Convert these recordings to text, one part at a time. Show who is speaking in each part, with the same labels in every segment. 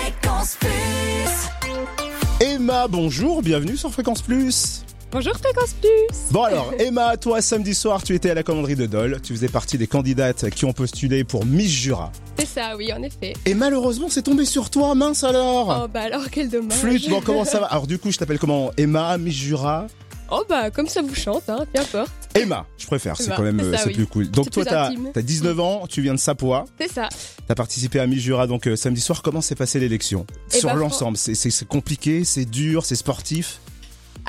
Speaker 1: Fréquence Plus.
Speaker 2: Emma, bonjour, bienvenue sur Fréquence Plus.
Speaker 3: Bonjour Fréquence Plus
Speaker 2: Bon alors, Emma, toi, samedi soir, tu étais à la commanderie de Dole. Tu faisais partie des candidates qui ont postulé pour Miss Jura.
Speaker 3: C'est ça, oui, en effet.
Speaker 2: Et malheureusement, c'est tombé sur toi, mince alors
Speaker 3: Oh bah alors, quel dommage
Speaker 2: Flûte, bon, comment ça va Alors du coup, je t'appelle comment Emma, Miss Jura
Speaker 3: Oh bah, comme ça vous chante, hein, peu importe.
Speaker 2: Emma, je préfère, c'est
Speaker 3: Emma,
Speaker 2: quand même
Speaker 3: c'est
Speaker 2: euh,
Speaker 3: ça,
Speaker 2: c'est
Speaker 3: oui.
Speaker 2: plus cool. Donc
Speaker 3: C'est
Speaker 2: toi,
Speaker 3: plus
Speaker 2: t'as
Speaker 3: intime.
Speaker 2: t'as 19 ans, tu viens de Sapoa,
Speaker 3: C'est ça.
Speaker 2: t'as participé à Miss Jura, donc euh, samedi soir, comment s'est passée l'élection
Speaker 3: Eh
Speaker 2: Sur
Speaker 3: ben, fran-
Speaker 2: l'ensemble, c'est- c'est c'est compliqué, c'est dur, c'est sportif.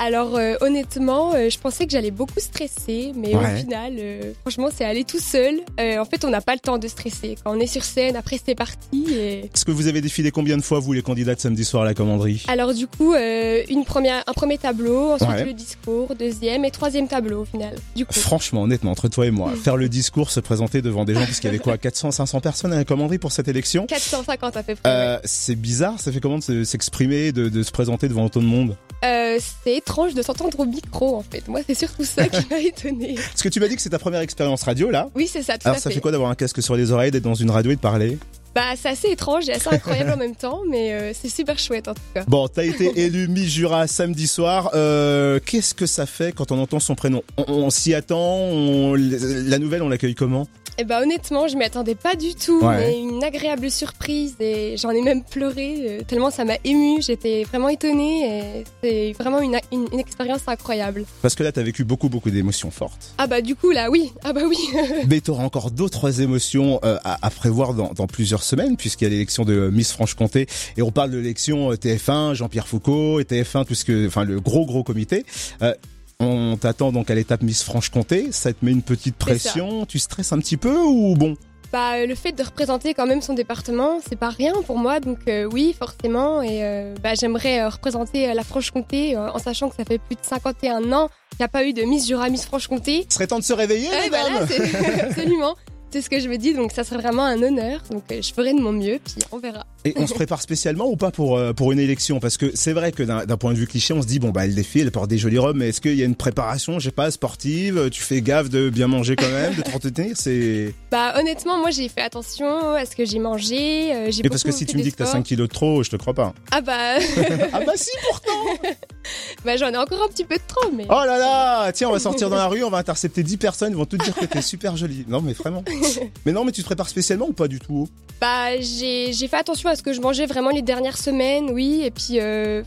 Speaker 3: Alors euh, honnêtement, euh, je pensais que j'allais beaucoup stresser, mais
Speaker 2: Ouais.
Speaker 3: au final, euh, franchement, c'est aller tout seul. Euh, en fait, on n'a pas le temps de stresser. Quand on est sur scène, après c'est parti. Et...
Speaker 2: Est-ce que vous avez défilé combien de fois, vous, les candidates, samedi soir à la commanderie
Speaker 3: Alors du coup, euh, une première, un premier tableau, ensuite
Speaker 2: Ouais.
Speaker 3: le discours, deuxième et troisième tableau au final. Du coup,
Speaker 2: Franchement, honnêtement, entre toi et moi, faire le discours, se présenter devant des gens, puisqu'il y avait quoi, 400, 500 personnes à la commanderie pour cette élection
Speaker 3: 450 à peu près. ouais.
Speaker 2: euh, C'est bizarre, ça fait comment de se- s'exprimer, de, de se présenter devant autant de monde
Speaker 3: Euh, c'est étrange de s'entendre au micro en fait. Moi, c'est surtout ça qui m'a étonnée.
Speaker 2: Parce que tu m'as dit que c'est ta première expérience radio, là
Speaker 3: Oui, c'est ça, tout
Speaker 2: Alors
Speaker 3: à
Speaker 2: ça
Speaker 3: fait.
Speaker 2: fait quoi d'avoir un casque sur les oreilles, d'être dans une radio et de parler
Speaker 3: Bah, c'est assez étrange et assez incroyable en même temps, mais euh, c'est super chouette en tout cas.
Speaker 2: Bon, t'as été élu mi-jura samedi soir, euh, qu'est-ce que ça fait quand on entend son prénom On, on s'y attend, on- la nouvelle on l'accueille comment
Speaker 3: Et bah, honnêtement, je m'y attendais pas du tout,
Speaker 2: Ouais.
Speaker 3: mais une agréable surprise et j'en ai même pleuré euh, tellement ça m'a émue. J'étais vraiment étonnée et c'est vraiment une, une, une expérience incroyable.
Speaker 2: Parce que là t'as vécu beaucoup beaucoup d'émotions fortes.
Speaker 3: Ah bah, du coup, là, oui, ah bah oui.
Speaker 2: Mais t'auras encore d'autres émotions euh, à, à prévoir dans, dans plusieurs semaines, puisqu'il y a l'élection de euh, Miss Franche-Comté, et on parle de l'élection euh, TF1, Jean-Pierre Foucault, et TF1, tout ce que, enfin le gros gros comité. Euh, on t'attend donc à l'étape Miss Franche-Comté, ça te met une petite
Speaker 3: C'est ça.
Speaker 2: pression, tu stresses un petit peu ou bon
Speaker 3: bah, euh, le fait de représenter quand même son département, c'est pas rien pour moi, donc euh, oui, forcément. Et euh, bah, j'aimerais euh, représenter euh, la Franche-Comté euh, en sachant que ça fait plus de 51 ans qu'il n'y a pas eu de Miss Jura, Miss Franche-Comté.
Speaker 2: Serait temps de se réveiller,
Speaker 3: Ouais,
Speaker 2: les
Speaker 3: Eh ben voilà,
Speaker 2: dames
Speaker 3: c'est- absolument. C'est ce que je me dis, donc ça serait vraiment un honneur. Donc euh, je ferai de mon mieux, puis on verra.
Speaker 2: Et on se prépare spécialement ou pas pour, euh, pour une élection Parce que c'est vrai que d'un d'un point de vue cliché, on se dit, bon, bah, elle défile, elle porte des jolis robes, mais est-ce qu'il y a une préparation, je sais pas, sportive Tu fais gaffe de bien manger quand même, de t'entretenir C'est.
Speaker 3: Bah honnêtement, moi j'ai fait attention à ce que j'ai mangé. euh, j'ai
Speaker 2: Mais parce que
Speaker 3: beaucoup
Speaker 2: si
Speaker 3: fait
Speaker 2: tu me
Speaker 3: de
Speaker 2: dis que t'as
Speaker 3: sport.
Speaker 2: 5 kilos de trop, je te crois pas.
Speaker 3: Ah bah,
Speaker 2: ah bah si pourtant
Speaker 3: bah j'en ai encore un petit peu de trop, mais.
Speaker 2: Oh là là Tiens, on va sortir dans la rue, on va intercepter 10 personnes, ils vont toutes dire que t'es super jolie. Non mais vraiment. Mais non, mais tu te prépares spécialement ou pas du tout
Speaker 3: Bah j'ai j'ai fait attention à ce que je mangeais vraiment les dernières semaines, oui. Et puis euh,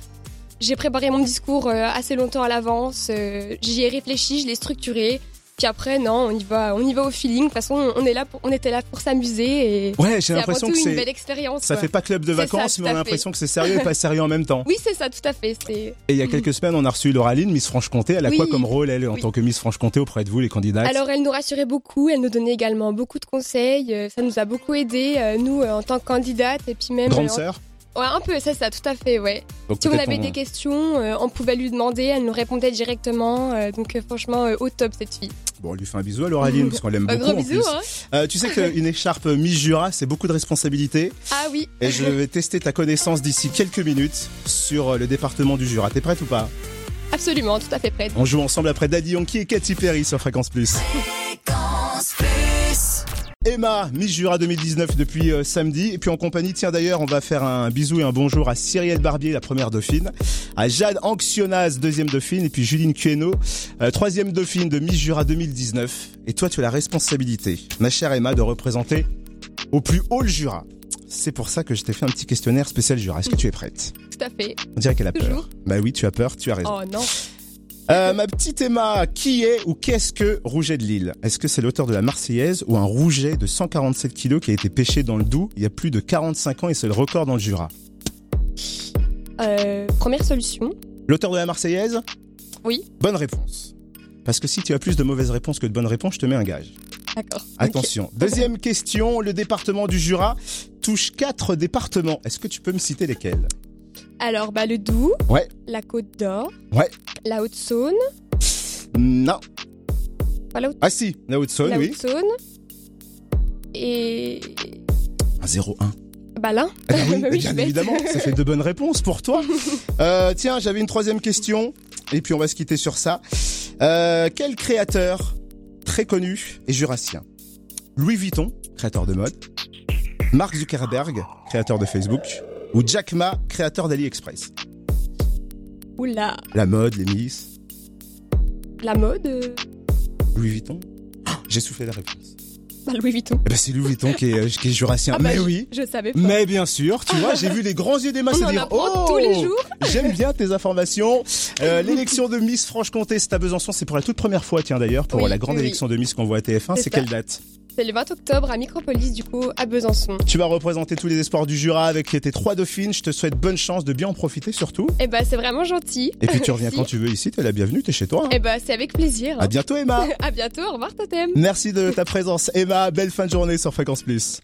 Speaker 3: j'ai préparé mon discours euh, assez longtemps à l'avance. euh, J'y ai réfléchi, je l'ai structuré. Puis après, non, on y va, on y va au feeling. De toute façon, on est là, pour- on était là pour s'amuser et.
Speaker 2: Ouais, j'ai
Speaker 3: C'est avant
Speaker 2: l'impression
Speaker 3: tout
Speaker 2: que
Speaker 3: une
Speaker 2: c'est...
Speaker 3: belle expérience.
Speaker 2: Ça
Speaker 3: quoi.
Speaker 2: fait pas club de
Speaker 3: C'est ça,
Speaker 2: vacances,
Speaker 3: tout
Speaker 2: mais on a
Speaker 3: à fait.
Speaker 2: l'impression que c'est sérieux et pas sérieux en même temps.
Speaker 3: Oui, c'est ça, tout à fait. C'est.
Speaker 2: Et il y a quelques semaines, on a reçu Lauraline, Miss Franche-Comté. Elle a
Speaker 3: Oui.
Speaker 2: quoi comme rôle, elle, en
Speaker 3: Oui.
Speaker 2: tant que Miss Franche-Comté auprès de vous, les candidates
Speaker 3: Alors, elle nous rassurait beaucoup, elle nous donnait également beaucoup de conseils. euh, Ça nous a beaucoup aidé, euh, nous, euh, en tant que candidate, et puis même.
Speaker 2: Grande
Speaker 3: euh,
Speaker 2: sœur
Speaker 3: en- Ouais, un peu, ça, ça, tout à fait, ouais.
Speaker 2: Donc
Speaker 3: Si on
Speaker 2: peut-être
Speaker 3: avait
Speaker 2: on-
Speaker 3: des questions, euh, on pouvait lui demander, elle nous répondait directement. euh, donc, euh, franchement, euh, au top, cette fille.
Speaker 2: Bon, on lui fait un bisou à Lauraline, parce qu'on l'aime
Speaker 3: Un
Speaker 2: beaucoup
Speaker 3: gros
Speaker 2: en
Speaker 3: bisou,
Speaker 2: plus.
Speaker 3: hein.
Speaker 2: Euh, tu sais qu'une écharpe mi-jura, c'est beaucoup de responsabilités.
Speaker 3: Ah oui.
Speaker 2: Et je vais tester ta connaissance d'ici quelques minutes sur euh, le département du Jura. T'es prête ou pas
Speaker 3: Absolument, tout à fait prête.
Speaker 2: On joue ensemble après Daddy Yankee et Katy Perry sur Fréquence Plus.
Speaker 1: Fréquence Plus.
Speaker 2: Emma, mi-Jura 2019 depuis euh, samedi. Et puis en compagnie, tiens d'ailleurs, on va faire un bisou et un bonjour à Cyrielle Barbier, la première dauphine, à Jade Anxionaz, deuxième dauphine, et puis Juline Cueno, euh, troisième dauphine de mi-Jura 2019. Et toi, tu as la responsabilité, ma chère Emma, de représenter au plus haut le Jura. C'est pour ça que je t'ai fait un petit questionnaire spécial Jura. Est-ce que tu es prête
Speaker 3: Tout à fait.
Speaker 2: On dirait qu'elle a peur.
Speaker 3: Toujours.
Speaker 2: Bah oui, tu as peur, tu as raison.
Speaker 3: Oh non.
Speaker 2: Euh, ma petite Emma, qui est ou qu'est-ce que Rouget de Lille Est-ce que c'est l'auteur de la Marseillaise ou un Rouget de 147 kilos qui a été pêché dans le Doubs il y a plus de 45 ans et c'est le record dans le Jura
Speaker 3: Euh, première solution.
Speaker 2: L'auteur de la Marseillaise
Speaker 3: Oui.
Speaker 2: Bonne réponse. Parce que si tu as plus de mauvaises réponses que de bonnes réponses, je te mets un gage.
Speaker 3: D'accord. Ok.
Speaker 2: Attention. Deuxième question, le département du Jura touche quatre départements. Est-ce que tu peux me citer lesquels
Speaker 3: Alors, bah, le Doubs.
Speaker 2: Ouais.
Speaker 3: La Côte d'Or.
Speaker 2: Ouais.
Speaker 3: La Haute-Saône.
Speaker 2: Non.
Speaker 3: Pas la Haute-
Speaker 2: Ah si, la Haute-Saône,
Speaker 3: la
Speaker 2: oui.
Speaker 3: Haute-Saône. Et.
Speaker 2: Ah, Un 0-1.
Speaker 3: Bah là.
Speaker 2: Eh ben oui,
Speaker 3: Bah oui, je
Speaker 2: bien
Speaker 3: suis bête.
Speaker 2: évidemment, ça fait deux bonnes réponses pour toi. Euh, tiens, j'avais une troisième question, et puis on va se quitter sur ça. Euh, quel créateur très connu est jurassien Louis Vuitton, créateur de mode. Mark Zuckerberg, créateur de Facebook. ou Jack Ma, créateur d'AliExpress
Speaker 3: Oula,
Speaker 2: La mode, les miss,
Speaker 3: la mode euh,
Speaker 2: Louis Vuitton J'ai soufflé la réponse.
Speaker 3: bah, Louis Vuitton.
Speaker 2: Eh ben, c'est Louis Vuitton qui est, euh, qui est jurassien.
Speaker 3: Ah bah,
Speaker 2: mais
Speaker 3: je-
Speaker 2: oui
Speaker 3: Je savais pas.
Speaker 2: mais bien sûr, tu vois, j'ai vu les grands yeux des masses et
Speaker 3: On en
Speaker 2: dire
Speaker 3: apprend tous
Speaker 2: oh,
Speaker 3: les jours.
Speaker 2: J'aime bien tes informations. Euh, L'élection de Miss Franche-Comté, c'est à Besançon, c'est pour la toute première fois, tiens d'ailleurs, pour
Speaker 3: Oui,
Speaker 2: la grande
Speaker 3: oui, oui.
Speaker 2: élection de Miss qu'on voit à TF1.
Speaker 3: C'est
Speaker 2: C'est
Speaker 3: ça.
Speaker 2: quelle date
Speaker 3: C'est le 20 octobre à Micropolis, du coup, à Besançon.
Speaker 2: Tu vas représenter tous les espoirs du Jura avec tes trois dauphines. Je te souhaite bonne chance de bien en profiter surtout.
Speaker 3: Eh bah, c'est vraiment gentil.
Speaker 2: Et puis tu reviens
Speaker 3: Si.
Speaker 2: quand tu veux ici, t'es la bienvenue, t'es chez toi. hein.
Speaker 3: Eh bah, c'est avec plaisir.
Speaker 2: Ah, À bientôt Emma.
Speaker 3: à bientôt, au revoir Totem.
Speaker 2: Merci de ta présence Emma, belle fin de journée sur Fréquence Plus.